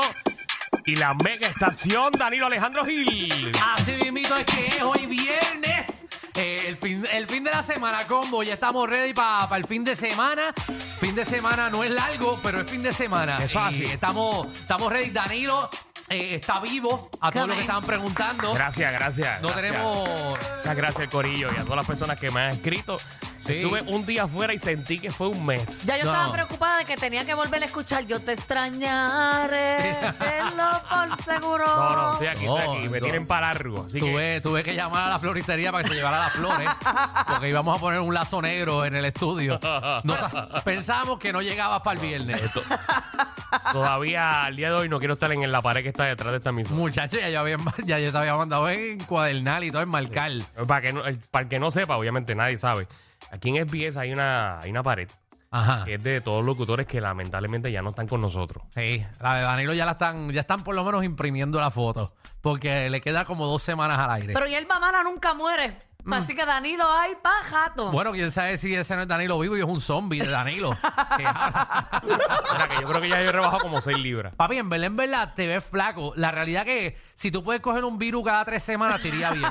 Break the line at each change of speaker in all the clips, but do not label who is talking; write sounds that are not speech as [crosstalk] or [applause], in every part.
y la mega estación Danilo Alejandro Gil.
Así mismito es que es hoy viernes. eh, el, fin, el fin de la semana, combo. Ya estamos ready para el fin de semana. Fin de semana no es largo, pero es fin de semana.
Eso es así.
Y Estamos, estamos ready. Danilo eh, está vivo. A todos los que estaban preguntando.
Gracias, gracias.
No
gracias.
tenemos.
Muchas gracias, Corillo, y a todas las personas que me han escrito.
Sí.
Estuve un día afuera y sentí que fue un mes.
Ya yo
No.
estaba preocupada de que tenía que volver a escuchar. Yo te extrañaré, tenlo por
[laughs]
seguro.
No, no, estoy aquí, estoy
No,
aquí. Me
no.
tienen para largo. Así que
Tuve, tuve que llamar a la floristería para que se llevara las flores, porque íbamos a poner un lazo negro en el estudio. No sa- pensábamos que no llegabas para
[laughs]
el viernes.
todavía al día de hoy no quiero estar en la pared que está detrás de esta misma.
Muchachos, ya, yo había- ya yo te había mandado en cuadernal y todo en marcar.
Para que, no, el- para el que no sepa, obviamente nadie sabe. Aquí en SBS hay una, hay una pared
Ajá.
que es de todos los locutores que lamentablemente ya no están con nosotros.
Sí, la de Danilo ya la están, ya están por lo menos imprimiendo la foto, porque le queda como dos semanas al aire.
Pero y el mamala nunca muere.
Mm.
Así que Danilo, ay, pa' jato.
bueno, quién sabe si ese no es Danilo vivo y es un zombie de Danilo. Que habla.
Mira, que yo creo que ya yo he rebajado como 6 libras.
Papi, en verdad, en verdad, te ves flaco. La realidad que si tú puedes coger un virus cada tres semanas, te iría bien.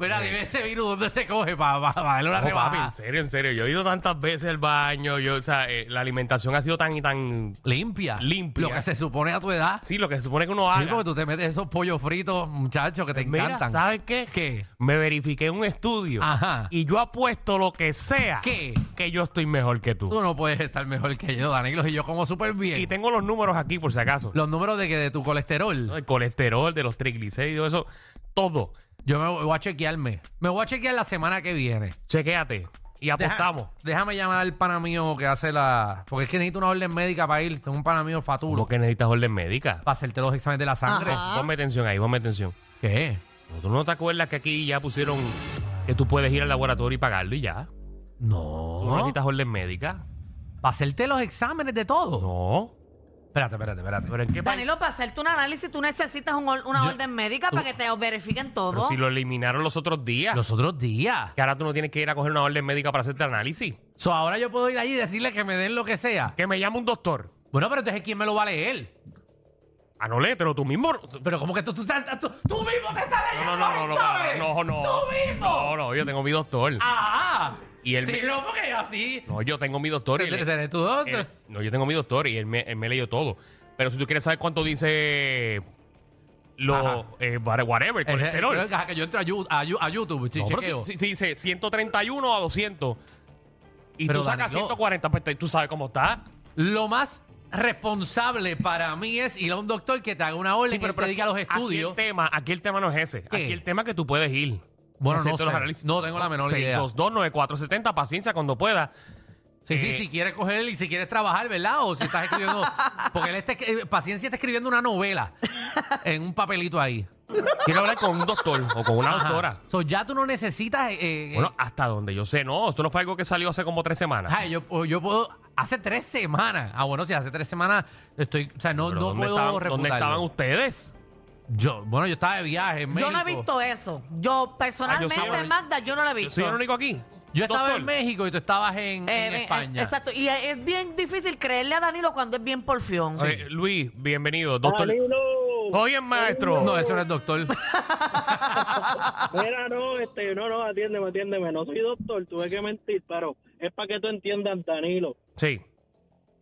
Mira, dime ese virus, ¿dónde se coge para darle una
No, papi, en
rebaja?
serio, en serio. Yo he ido tantas veces al baño. Yo, o sea, eh, la alimentación ha sido tan y tan.
Limpia.
Limpia.
Lo que se supone a tu edad.
Sí, lo que se supone que uno
Sí,
haga.
porque tú te metes esos pollos fritos, muchachos, que te
Mira,
encantan.
¿sabes qué?
¿Qué?
Me verifiqué en un estudio.
Ajá.
Y yo apuesto lo que sea.
¿Qué?
Que yo estoy mejor que tú.
Tú no puedes estar mejor que yo, Danilo, y yo como súper bien.
Y tengo los números aquí, por si acaso.
Los números de que de tu colesterol.
El colesterol, de los triglicéridos, eso. Todo.
Yo me voy a chequearme. Me voy a chequear la semana que viene.
Chequéate. Y
Deja-
apostamos.
déjame llamar al pana mío que hace la... Porque es que necesito una orden médica para ir. Tengo un pana
Tú
mío
lo
faturo
que necesitas orden médica.
para hacerte los exámenes de la sangre.
Ponme atención ahí, ponme atención.
¿Qué?
¿Tú no te acuerdas que aquí ya pusieron que tú puedes ir al laboratorio y pagarlo y ya? ¿Tú no
No.
necesitas orden médica?
¿Para hacerte los exámenes de todo?
No.
Espérate, espérate, espérate.
¿Pero en qué país?
Danilo, para hacerte un análisis, tú necesitas un or- una
Yo-
orden médica para que te verifiquen
Pero
todo.
si lo eliminaron los otros días.
Los otros días.
Que ahora tú no tienes que ir a coger una orden médica para hacerte análisis.
So, ahora yo puedo ir ahí y decirle que me den lo que sea.
Que me llama un doctor.
Bueno, pero entonces ¿quién me lo va a leer?
Ah, no léetelo tú mismo. No,
Pero como que tú, tú, estás- tú- tú mismo te estás
no,
leyendo.
no, no, no,
¿sabes?
no, no, no.
Tú mismo.
No, no, yo tengo mi doctor.
Ah.
Y él
sí,
me-
no, porque así.
No, yo tengo mi doctor. Y él-
Eres tú doctor.
él- Eh, no, yo tengo mi doctor y él me, él me leyó todo. Pero si tú quieres saber cuánto dice lo,
Ajá.
eh, whatever, el
El- el-
colesterol.
el- eh, que yo entro a, Yu- a Yu- a YouTube, sí,
No, pero
chequeo.
si, si- si dice 131 a 200 y
Pero,
tú sacas
Danilo-
140, pues te- tú sabes cómo está.
Lo más responsable para mí es ir a un doctor que te haga una orden
Sí,
que te diga los estudios.
Aquí el tema, aquí el tema no es ese. Aquí el tema es que tú puedes ir.
Bueno,
Hacerte
no
los
sé.
análisis.
No tengo la menor idea.
6229470, paciencia cuando pueda.
Sí, sí,
Eh,
si quieres coger y si quieres trabajar, ¿verdad? O si
[laughs]
estás escribiendo. Porque él está, escri- eh, paciencia está escribiendo una novela en un papelito ahí.
Quiero hablar con un doctor o con una
Ajá.
doctora.
So, ya tú no necesitas. eh, eh,
Bueno, hasta donde yo sé, no. Esto no fue algo que salió hace como tres semanas.
Ay, yo, o yo puedo. Hace tres semanas. Ah, bueno, sí, hace tres semanas estoy. O sea, no,
Pero
no
¿dónde,
puedo
estaban, dónde
refutarlo.
estaban ustedes?
Yo, bueno, yo estaba de viaje. En
yo no he
México.
visto eso. Yo personalmente,
Ah, yo sí.
Magda, yo no lo he
Yo
visto.
soy el único aquí.
Yo estaba
Doctor.
en México y tú estabas en,
Eh,
en
eh,
España.
exacto. Y es es bien difícil creerle a Danilo cuando es bien porfión.
Eh, Luis, bienvenido. Doctor,
Danilo,
Oye, maestro.
No, ese no es
[laughs]
doctor.
Mira, no, este, no, no, atiéndeme, atiéndeme. No soy doctor, tuve que mentir, pero es para que tú entiendas, Danilo.
Sí.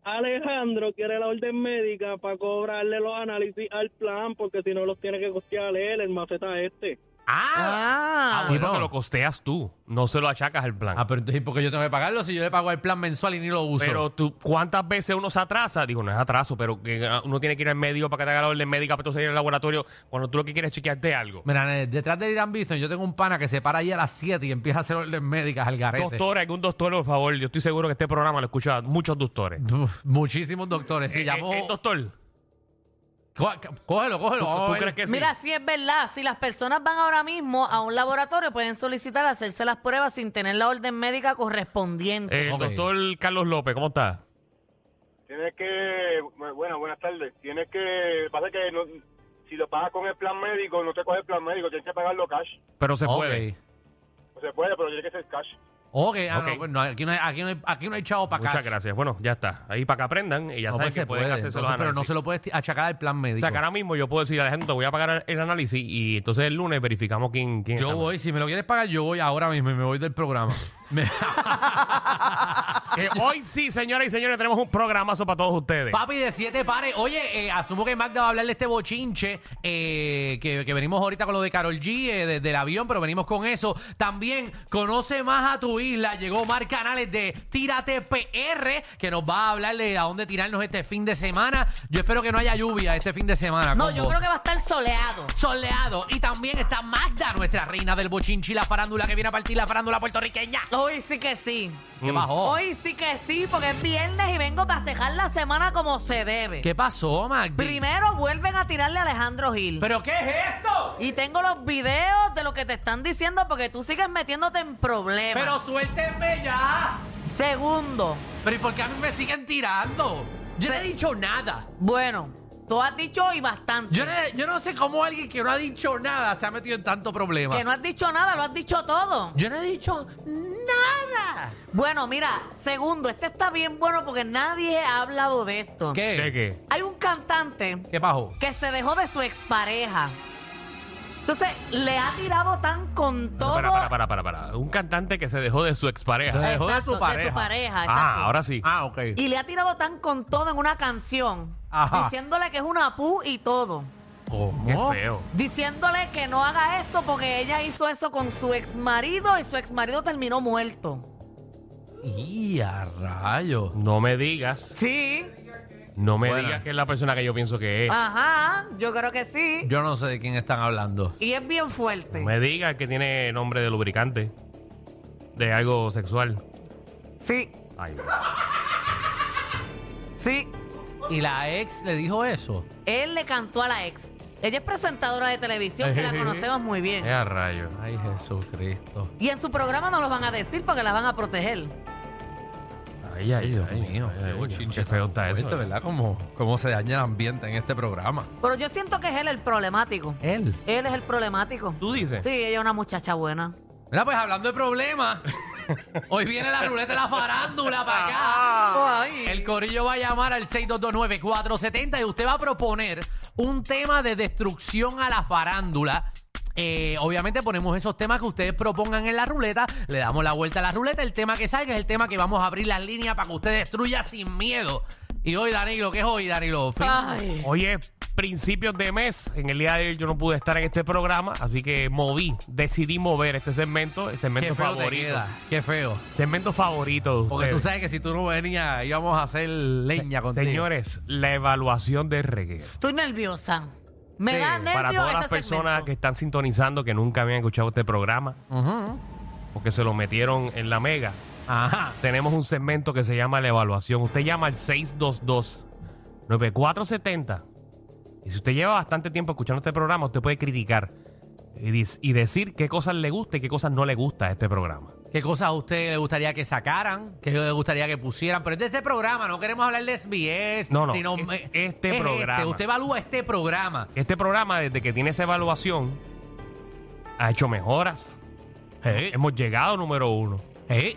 Alejandro quiere la orden médica para cobrarle los análisis al plan, porque si no los tiene que costear él, el maceta este.
Ah,
Ah,
sí, porque lo costeas tú. No se lo achacas al plan.
Ah, pero entonces, ¿por qué yo tengo que pagarlo si yo le pago el plan mensual y ni lo uso?
Pero tú, ¿cuántas veces uno se atrasa? Digo, no es atraso, pero que ah, uno tiene que ir al médico para que te haga la orden médica, para tú salir al laboratorio cuando tú lo que quieres es chequearte algo.
Mira, nene, detrás del Irán Bison, yo tengo un pana que se para ahí a las 7 y empieza a hacer órdenes médicas al garete.
Doctor, algún doctor, por favor. Yo estoy seguro que este programa lo escuchan muchos doctores.
Uf, Muchísimos doctores. Se
Eh,
llamó.
eh, eh, doctor,
Cógelo, cógelo,
¿tú,
cógelo.
tú-
vamos
tú
a ver.
crees que sí?
Mira, si es verdad, si las personas van ahora mismo a un laboratorio, pueden solicitar hacerse las pruebas sin tener la orden médica correspondiente.
Eh, el
Ok.
doctor Carlos López, ¿cómo está?
Tienes que, bueno, buenas tardes. Tienes que, pasa que no- si lo pagas con el plan médico, no te coge el plan médico, tienes que pagarlo cash.
Pero se
Ok.
puede.
No se puede, pero tiene que ser cash.
Ok, ah,
Ok.
no, pues no, aquí, no hay, aquí, no hay, aquí no hay chavo para
Muchas
acá.
gracias. Bueno, ya está. Ahí para que aprendan y ya
No,
saben
pues
que
se
pueden
puede.
hacerse los
entonces, pero no
análisis.
se lo puedes ti- achacar al plan
o
médico.
sea, que ahora mismo yo puedo decir a la gente, te voy a pagar el análisis y entonces el lunes verificamos quién, quién
yo
ganó.
voy, si me lo quieres pagar, yo voy ahora mismo y me voy del programa. Me-
Que hoy sí, señoras y señores, tenemos un programazo para todos ustedes.
Papi de siete pares. Oye, eh, asumo que Magda va a hablar de este bochinche eh, que, que venimos ahorita con lo de Carol G eh, desde el avión, pero venimos con eso. También conoce más a tu isla. Llegó Mar Canales de Tírate PR que nos va a hablar de a dónde tirarnos este fin de semana. Yo espero que no haya lluvia este fin de semana.
no,
combo.
yo creo que va a estar soleado.
Soleado. Y también está Magda, nuestra reina del bochinche y la farándula que viene a partir la farándula puertorriqueña.
Hoy sí que sí.
¿Qué bajó?
Hoy sí que sí, porque es viernes y vengo para cejar la semana como se debe.
¿Qué pasó, Magda?
Primero vuelven a tirarle a Alejandro Gil.
¿Pero qué es esto?
y tengo los videos de lo que te están diciendo porque tú sigues metiéndote en problemas.
Pero suéltenme ya.
Segundo,
Pero ¿y por qué a mí me siguen tirando? Yo no he dicho nada.
bueno, tú has dicho hoy bastante.
Yo no, yo no sé cómo alguien que no ha dicho nada se ha metido en tanto problema.
Que no has dicho nada, lo has dicho todo.
Yo no he dicho nada.
Bueno, mira, segundo, este está bien bueno porque nadie ha hablado de esto.
¿Qué?
¿De qué?
Hay un cantante
¿Qué bajó?
que se dejó de su expareja. Entonces, le ha tirado tan con todo.
Para, para, para, para, para. Un cantante que se dejó de su expareja.
Se dejó de
Exacto,
su pareja.
exacto.
Ah, ahora sí.
Ah, ok.
Y le ha tirado tan con todo en una canción,
Ajá.
diciéndole que es una pu y todo.
Qué
¿Cómo?
feo.
Diciéndole que no haga esto porque ella hizo eso con su ex marido y su ex marido terminó muerto.
Y a rayos.
No me digas.
Sí.
No me
Bueno.
digas que es la persona que yo pienso que es.
Ajá, yo creo que sí.
Yo no sé de quién están hablando.
Y es bien
No
fuerte.
me digas que tiene nombre de lubricante. De algo sexual.
Sí,
Ay, Dios.
sí.
¿Y la ex le dijo eso?
Él le cantó a la ex. Ella es presentadora de televisión,
[laughs]
que la conocemos muy
Eh,
bien.
a rayos.
Ay, Jesucristo.
Y en su programa no lo van a decir porque la van a proteger.
Ay, ay, Dios mío.
Qué bochinche
Qué feo está
tan
eso.
fuerte, ¿verdad? Como, como se daña el ambiente en este programa.
Pero yo siento que es él el problemático.
Él.
Él es el problemático.
¿Tú dices?
Sí, ella es una muchacha buena.
Mira, pues hablando
[laughs]
de problemas, hoy viene la ruleta de la farándula para acá.
Ah,
Ay.
El corillo va a llamar al 6229470 y usted va a proponer un tema de destrucción a la farándula. Eh, obviamente ponemos esos temas que ustedes propongan en la ruleta, le damos la vuelta a la ruleta, el tema que salga es el tema que vamos a abrir las líneas para que usted destruya sin miedo. Y hoy, Danilo, ¿qué es hoy, Danilo? Fin-
Ay.
Hoy es principios de mes. En el día de hoy yo no pude estar en este programa, así que moví, decidí mover este segmento, el
Qué
segmento
feo te
favorito.
queda, qué feo.
Segmento favorito. de
Porque tú
ustedes.
sabes que si tú no venías íbamos a hacer leña contigo.
Señores, la evaluación de reggae.
Estoy nerviosa. Me
Sí,
da nervios
Para todas las
ese
personas
segmento.
que están sintonizando que nunca habían escuchado este programa,
Ujú.
porque se lo metieron en la mega,
Ajá.
tenemos un segmento que se llama la evaluación. Usted llama al 622-9470. Y si usted lleva bastante tiempo escuchando este programa, usted puede criticar y, dis- y decir qué cosas le gusta y qué cosas no le gusta a este programa.
¿Qué cosas a usted le gustaría que sacaran? ¿Qué le gustaría que pusieran? Pero es de este programa, no queremos hablar de SBS.
No, no,
ni
es
eh,
este programa.
Usted evalúa este programa.
Este programa, desde que tiene esa evaluación, ha hecho mejoras. Hemos llegado número uno.
Eh,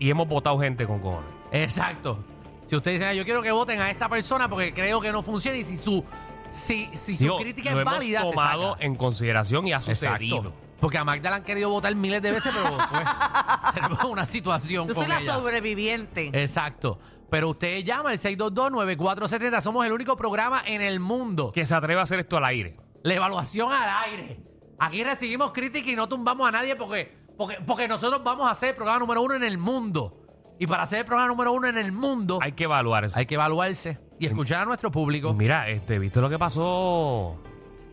Y hemos votado gente con cojones.
Exacto. Si usted dice, "Ah, yo quiero que voten a esta persona porque creo que no funciona y si su, si, si
Digo,
su crítica
lo
es
hemos
válida, se
tomado
saca.
en consideración y ha sucedido.
Exacto. Porque a Magda la han querido votar miles de veces, pero pues,
[laughs]
[laughs] tenemos una situación
Yo
con
soy la
ella.
sobreviviente.
Eh,
Exacto. Pero usted llama al 622-9470. Somos el único programa en el mundo.
Que se atreva a hacer esto al aire.
La evaluación al aire. Aquí recibimos crítica y no tumbamos a nadie porque, porque, porque nosotros vamos a ser el programa número uno en el mundo. Y para ser el programa número uno en el mundo, hay,
Hay que evaluar eso.
que evaluarse y escuchar a nuestro público.
Mira, este, ¿viste lo que pasó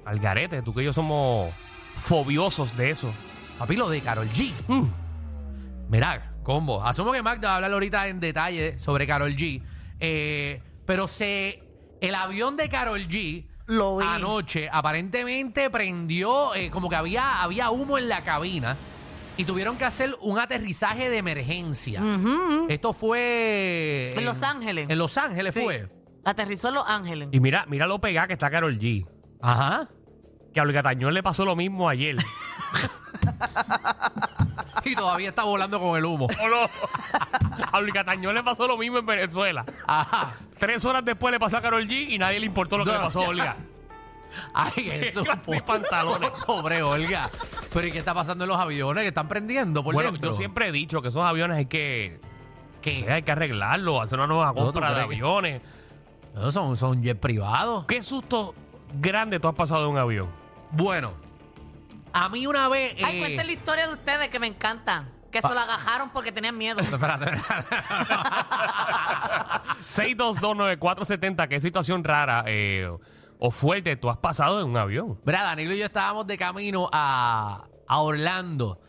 al garete? Tú que yo somos fobiosos de eso.
Papi, lo de Carol G.
Mm.
Mira, combo. Asumo que Magda va a hablar ahorita en detalle sobre Carol G. Eh, pero se. El avión de Carol G.
Lo vi.
Anoche aparentemente prendió, eh, como que había, había humo en la cabina y tuvieron que hacer un aterrizaje de emergencia. Esto fue...
En Los Ángeles.
En Los Ángeles
Sí.
fue.
Aterrizó en Los Ángeles.
Y mira, mira lo pegada que está Carol G.
Ajá.
Que a Olgatañón le pasó lo mismo ayer.
Y todavía está volando con el humo.
¿O no? A Olgatañón le pasó lo mismo en Venezuela.
Ajá.
Tres horas después le pasó a Carol G y nadie le importó lo que
No.
le pasó a Olga.
[laughs]
Ay, eso.
Casi pantalones.
Pobre Olga. Pero ¿y qué está pasando en los aviones? Que están prendiendo por
Bueno,
dentro.
yo siempre he dicho que esos aviones hay que,
¿Qué?
o sea, hay que arreglarlos, hacer una nueva
¿tú
compra de
crees que-
aviones.
No, son, son jet privados.
¿Qué susto grande tú has pasado de un avión?
Bueno, a mí una vez...
Ay,
eh,
cuenten la historia de ustedes que me encanta. Que se lo agajaron porque
[laughs]
tenían miedo.
eh, Espérate, espérate.
6229470, qué situación rara eh, o fuerte tú has pasado en un avión.
Mira, Danilo y yo estábamos de camino a, a Orlando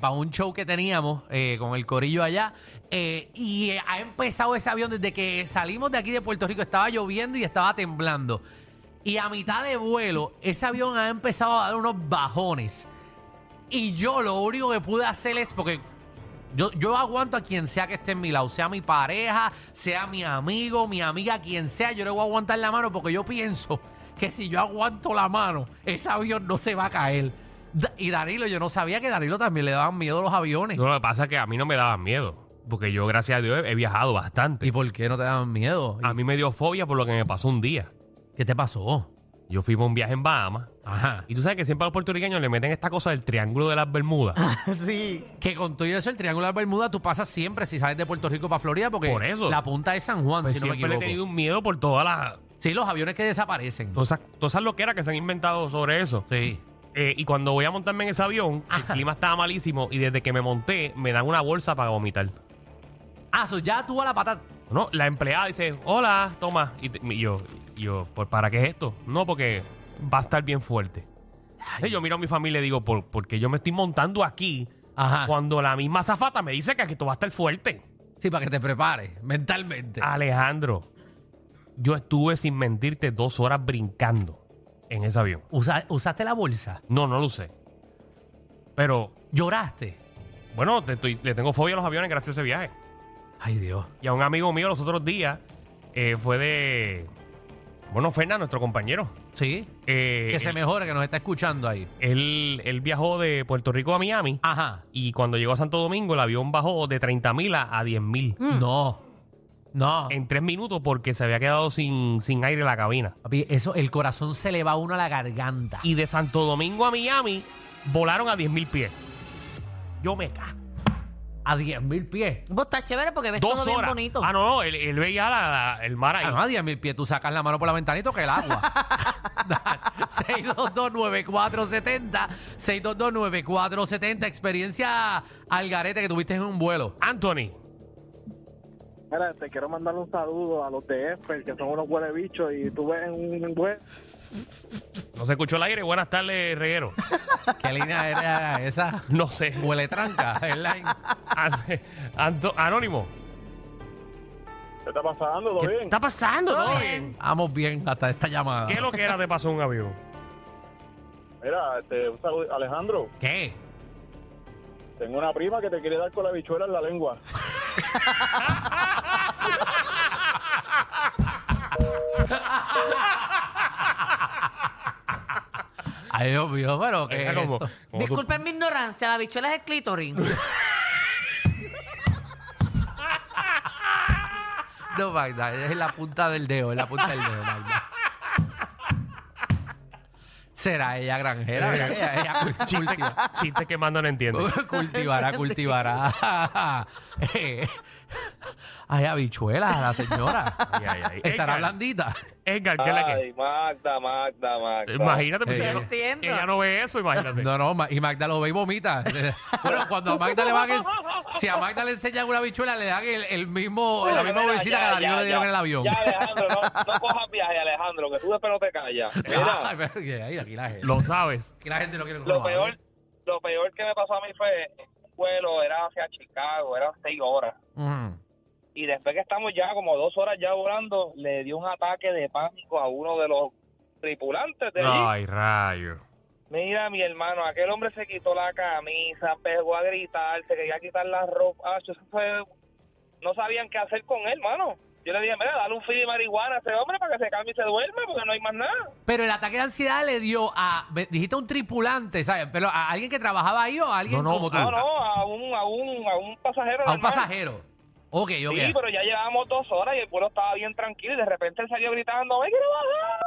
para un show que teníamos eh, con el corillo allá. eh, y eh, ha empezado ese avión desde que salimos de aquí de Puerto Rico. Estaba lloviendo y estaba temblando. Y a mitad de vuelo, ese avión ha empezado a dar unos bajones. Y yo lo único que pude hacer es porque yo, yo aguanto a quien sea que esté en mi lado, sea mi pareja, sea mi amigo, mi amiga, quien sea, yo le voy a aguantar la mano porque yo pienso que si yo aguanto la mano, ese avión no se va a caer. Da- Y Danilo, yo no sabía que Danilo también le daban miedo los aviones.
No, lo que pasa es que a mí no me daban miedo, porque yo, gracias a Dios, he, he viajado bastante.
¿Y por qué no te daban miedo?
A mí me dio fobia por lo que me pasó un día.
¿Qué te pasó?
Yo fui para un viaje en Bahamas.
Ajá.
Y tú sabes que siempre a los puertorriqueños le meten esta cosa del triángulo de las Bermudas.
Ah,
sí.
Que con todo eso, el Triángulo de las Bermudas, tú pasas siempre si sales de Puerto Rico para Florida porque
Por eso.
la punta es San Juan,
Pues
si no me
siempre le he
equivoco.
tenido Pues un miedo por todas las
Sí, los aviones que desaparecen.
todas esas, todas esas loqueras que se han inventado sobre eso.
Sí.
Eh, y cuando voy a montarme en ese avión, el clima estaba malísimo y desde que me monté me dan una bolsa para vomitar.
Ah, so ya tuvo la pata.
No, la empleada dice, hola, toma. Y, te- y yo, y yo "¿Por- ¿para qué es esto? No, porque va a estar bien fuerte. Y yo miro a mi familia y digo, "¿Por- porque yo me estoy montando aquí
Ajá.
cuando la misma azafata me dice que aquí esto va a estar fuerte.
Sí, para que te prepares mentalmente.
Ah. Alejandro, yo estuve sin mentirte dos horas brincando en ese avión.
Usa- usaste la bolsa.
No, no lo usé. Pero,
Lloraste.
bueno, te estoy- le tengo fobia a los aviones gracias a ese viaje.
Ay, Dios.
Y a un amigo mío los otros días eh, fue de... Bueno, Fernández, nuestro compañero.
Sí.
Eh,
que se
él-
mejore, que nos está escuchando ahí.
Él, él viajó de Puerto Rico a Miami
Ajá.
y cuando llegó a Santo Domingo el avión bajó de 30 mil a, a 10 mil
No. No.
en tres minutos porque se había quedado sin, sin aire la cabina.
Papi, eso, el corazón se le va a uno a la garganta.
Y de Santo Domingo a Miami volaron a 10 mil pies. Yo me cago.
a 10 mil pies.
Vos estás chévere porque ves
Dos
todo bien
horas.
bonito.
Ah, no, no, él, él veía la- la- el mar ahí.
Ah, no, a 10 mil pies. Tú sacas la mano por la ventanita que el agua. 6229470. 6229470. Experiencia al garete que tuviste en un vuelo.
Anthony,
Mira, te quiero mandar un saludo a los de Esper, que son unos huele bichos, y tú ves un buen...
no se escuchó el aire. Buenas tardes, reguero. [laughs]
¿Qué línea era esa?
No sé. [laughs]
Huele tranca. Airline.
An- Anto- Anónimo.
¿Qué está pasando?
¿Qué
¿Todo bien?
está pasando?
Todo
¿Todo
bien.
bien?
Vamos bien hasta esta llamada.
¿Qué es lo que era te pasó en un avión?
Mira, este, un saludo. Alejandro,
¿Qué?
tengo una prima que te quiere dar con la bichuela en la lengua.
Ay, Dios mío, pero que.
Era como- como tú-
Disculpen mi ignorancia, la bichuela es el clítoris.
No, Magda, es en la punta del dedo, en la punta del dedo, Magda. Será ella granjera, ¿verdad? ella, ella cul-
Chiste,
cultiva-
chiste que mando no entiende.
[laughs]
[laughs]
cultivará, cultivará. [laughs] Eh, Ay, habichuelas, la señora.
Ay, ay, ay.
Estará
Edgar.
blandita.
Edgar, ¿qué es la que?
Magda, Magda, Magda.
Imagínate, pues,
Eh,
ella,
yo
no,
entiendo.
ella no ve eso, imagínate.
No, no, Ma- y Magda lo ve y vomita. [laughs] Bueno, cuando a Magda le van a ens- Si a Magda le enseñan una bichuela, le dan el, el mismo, la misma bolsita que a Darío le dieron en el avión.
Ya, Alejandro, no, no cojas viaje, Alejandro, que tú después no te callas.
[laughs] Ay,
Mira,
pero que ahí, aquí la gente.
Lo sabes.
aquí la gente no quiere
lo
no,
peor, lo peor que me pasó a mí fue el vuelo, era hacia Chicago, eran seis horas.
Mm.
Y después que estamos ya como dos horas ya volando, le dio un ataque de pánico a uno de los tripulantes de allí.
Ah.
Ay, rayo.
Mira, mi hermano, aquel hombre se quitó la camisa, pegó a gritar, se quería quitar la ropa. Ah, eso fue- No sabían qué hacer con él, mano. Yo le dije, mira, dale un fil de marihuana a ese hombre para que se calme y se duerma, porque no hay más nada.
Pero el ataque de ansiedad le dio a. me- Dijiste a un tripulante, ¿sabes? Pero a alguien que trabajaba ahí o a alguien
No, no,
como tú.
a-
No, no, a un, a un, a un pasajero.
a un
normal.
pasajero. Ok, ok.
Sí, pero ya llevábamos dos horas y el pueblo estaba bien tranquilo y de repente él salió gritando, ¡me quiero bajar!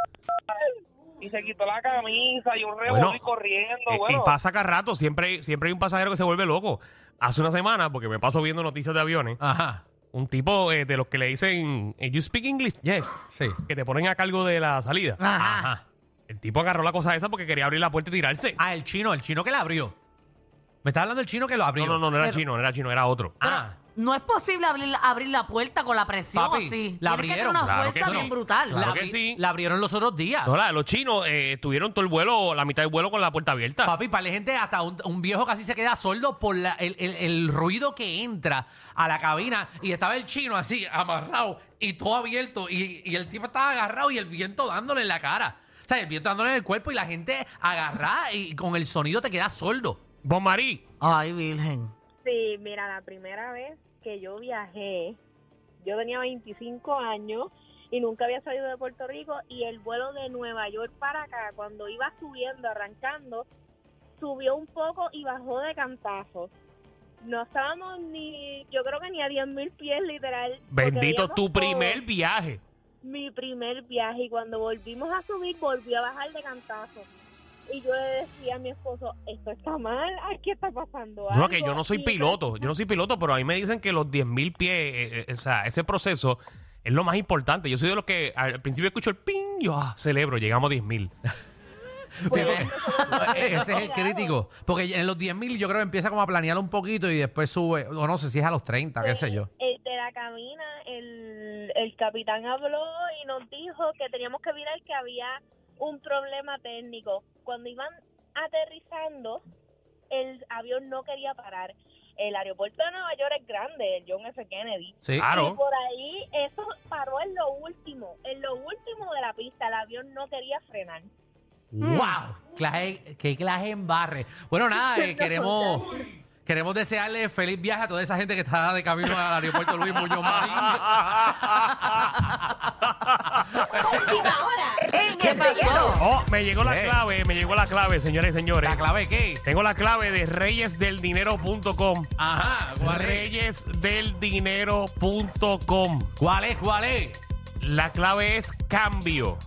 Y se quitó la camisa y un revolú
Bueno,
y corriendo,
Eh,
bueno.
Y pasa cada rato, siempre, siempre hay un pasajero que se vuelve loco. Hace una semana, porque me paso viendo noticias de aviones,
Ajá.
un tipo eh, de los que le dicen, eh, ¿You speak English? Yes.
Sí.
Que te ponen a cargo de la salida.
Ajá.
Ajá.
El tipo agarró la cosa esa porque quería abrir la puerta y tirarse.
Ah, el chino, el chino que la abrió. ¿Me estás hablando del chino que lo abrió?
No, no, no, no era chino, no era chino, era otro.
Pero
Ah.
no es posible abrir, abrir la puerta con la presión
Papi,
así.
la
Tienes que tener
abrieron.
una
Claro
fuerza
que sí.
bien brutal.
Claro
la,
que
abri-
sí.
la abrieron los otros días.
Ah. No, la de los chinos eh, tuvieron todo el vuelo, la mitad del vuelo con la puerta abierta.
Papi, para la gente, hasta un, un viejo casi se queda sordo por la- el, el- el ruido que entra a la cabina. Y estaba el chino así, amarrado y todo abierto. Y, y el tipo estaba agarrado y el viento dándole en la cara. O sea, el viento dándole en el cuerpo y la gente agarrada y con el sonido te queda sordo.
Bon Marí,
Ay, virgen.
Sí, mira, la primera vez que yo viajé, yo tenía 25 años y nunca había salido de Puerto Rico y el vuelo de Nueva York para acá, cuando iba subiendo, arrancando, subió un poco y bajó de cantazo. No estábamos ni, yo creo que ni a 10.000 pies literal. porque
bendito
veíamos
tu
todo.
primer viaje.
Mi primer viaje y cuando volvimos a subir, volvió a bajar de cantazo. Y yo le decía a mi esposo, esto está mal, aquí está pasando algo.
No, que yo no soy
Y-
piloto, yo no soy piloto, pero a mí me dicen que los 10.000 pies, eh, eh, o sea, ese proceso es lo más importante. Yo soy de los que al principio escucho el ping, yo ah, celebro, llegamos a 10.000.
Pues,
Tipo, [laughs] eh, Ese es el
Claro.
crítico. Porque en los 10.000 yo creo que empieza como a planear un poquito y después sube. O no sé si es a los 30, qué sé yo.
El de la cabina, el, el capitán habló y nos dijo que teníamos que mirar que había un problema técnico. Cuando iban aterrizando, el avión no quería parar. El aeropuerto de Nueva York es grande, el John F. Kennedy.
Sí.
Y
Claro.
por ahí eso paró en lo último, en lo último de la pista. El avión no quería frenar.
¡Wow! Mm. Clase- ¡Qué clase embarre! Bueno, nada, eh, queremos, queremos desearle feliz viaje a toda esa gente que está de camino al aeropuerto Luis Muñoz Marín.
[laughs]
¿Qué pasó?
[laughs] Oh, me llegó la
Eh.
clave, me llegó la clave, señores y señores.
¿La clave qué?
Tengo la clave de reyesdeldinero.com.
Ajá, ¿cuál es?
Reyesdeldinero.com.
¿Cuál es? ¿Cuál es?
La clave es cambio.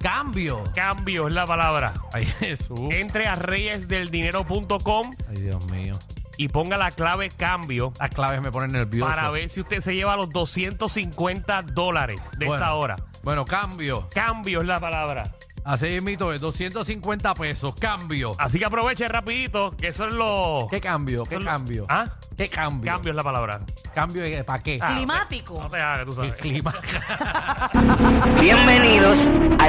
Cambio.
Cambio es la palabra.
Ay, Jesús.
Entre a reyesdeldinero.com
Ay, Dios mío.
y ponga la clave cambio
Las claves me ponen nervioso.
para ver si usted se lleva los 250 dólares de
Bueno,
esta hora.
Bueno, cambio.
Cambio es la palabra.
Así mito es 250 pesos. Cambio.
Así que aproveche rapidito, que son los...
¿Qué cambio? ¿Qué cambio?
¿Ah?
¿Qué cambio?
Cambio es la palabra.
¿Cambio para qué?
Ah,
Climático.
No te hagas, tú sabes.
Clima.
Bienvenidos a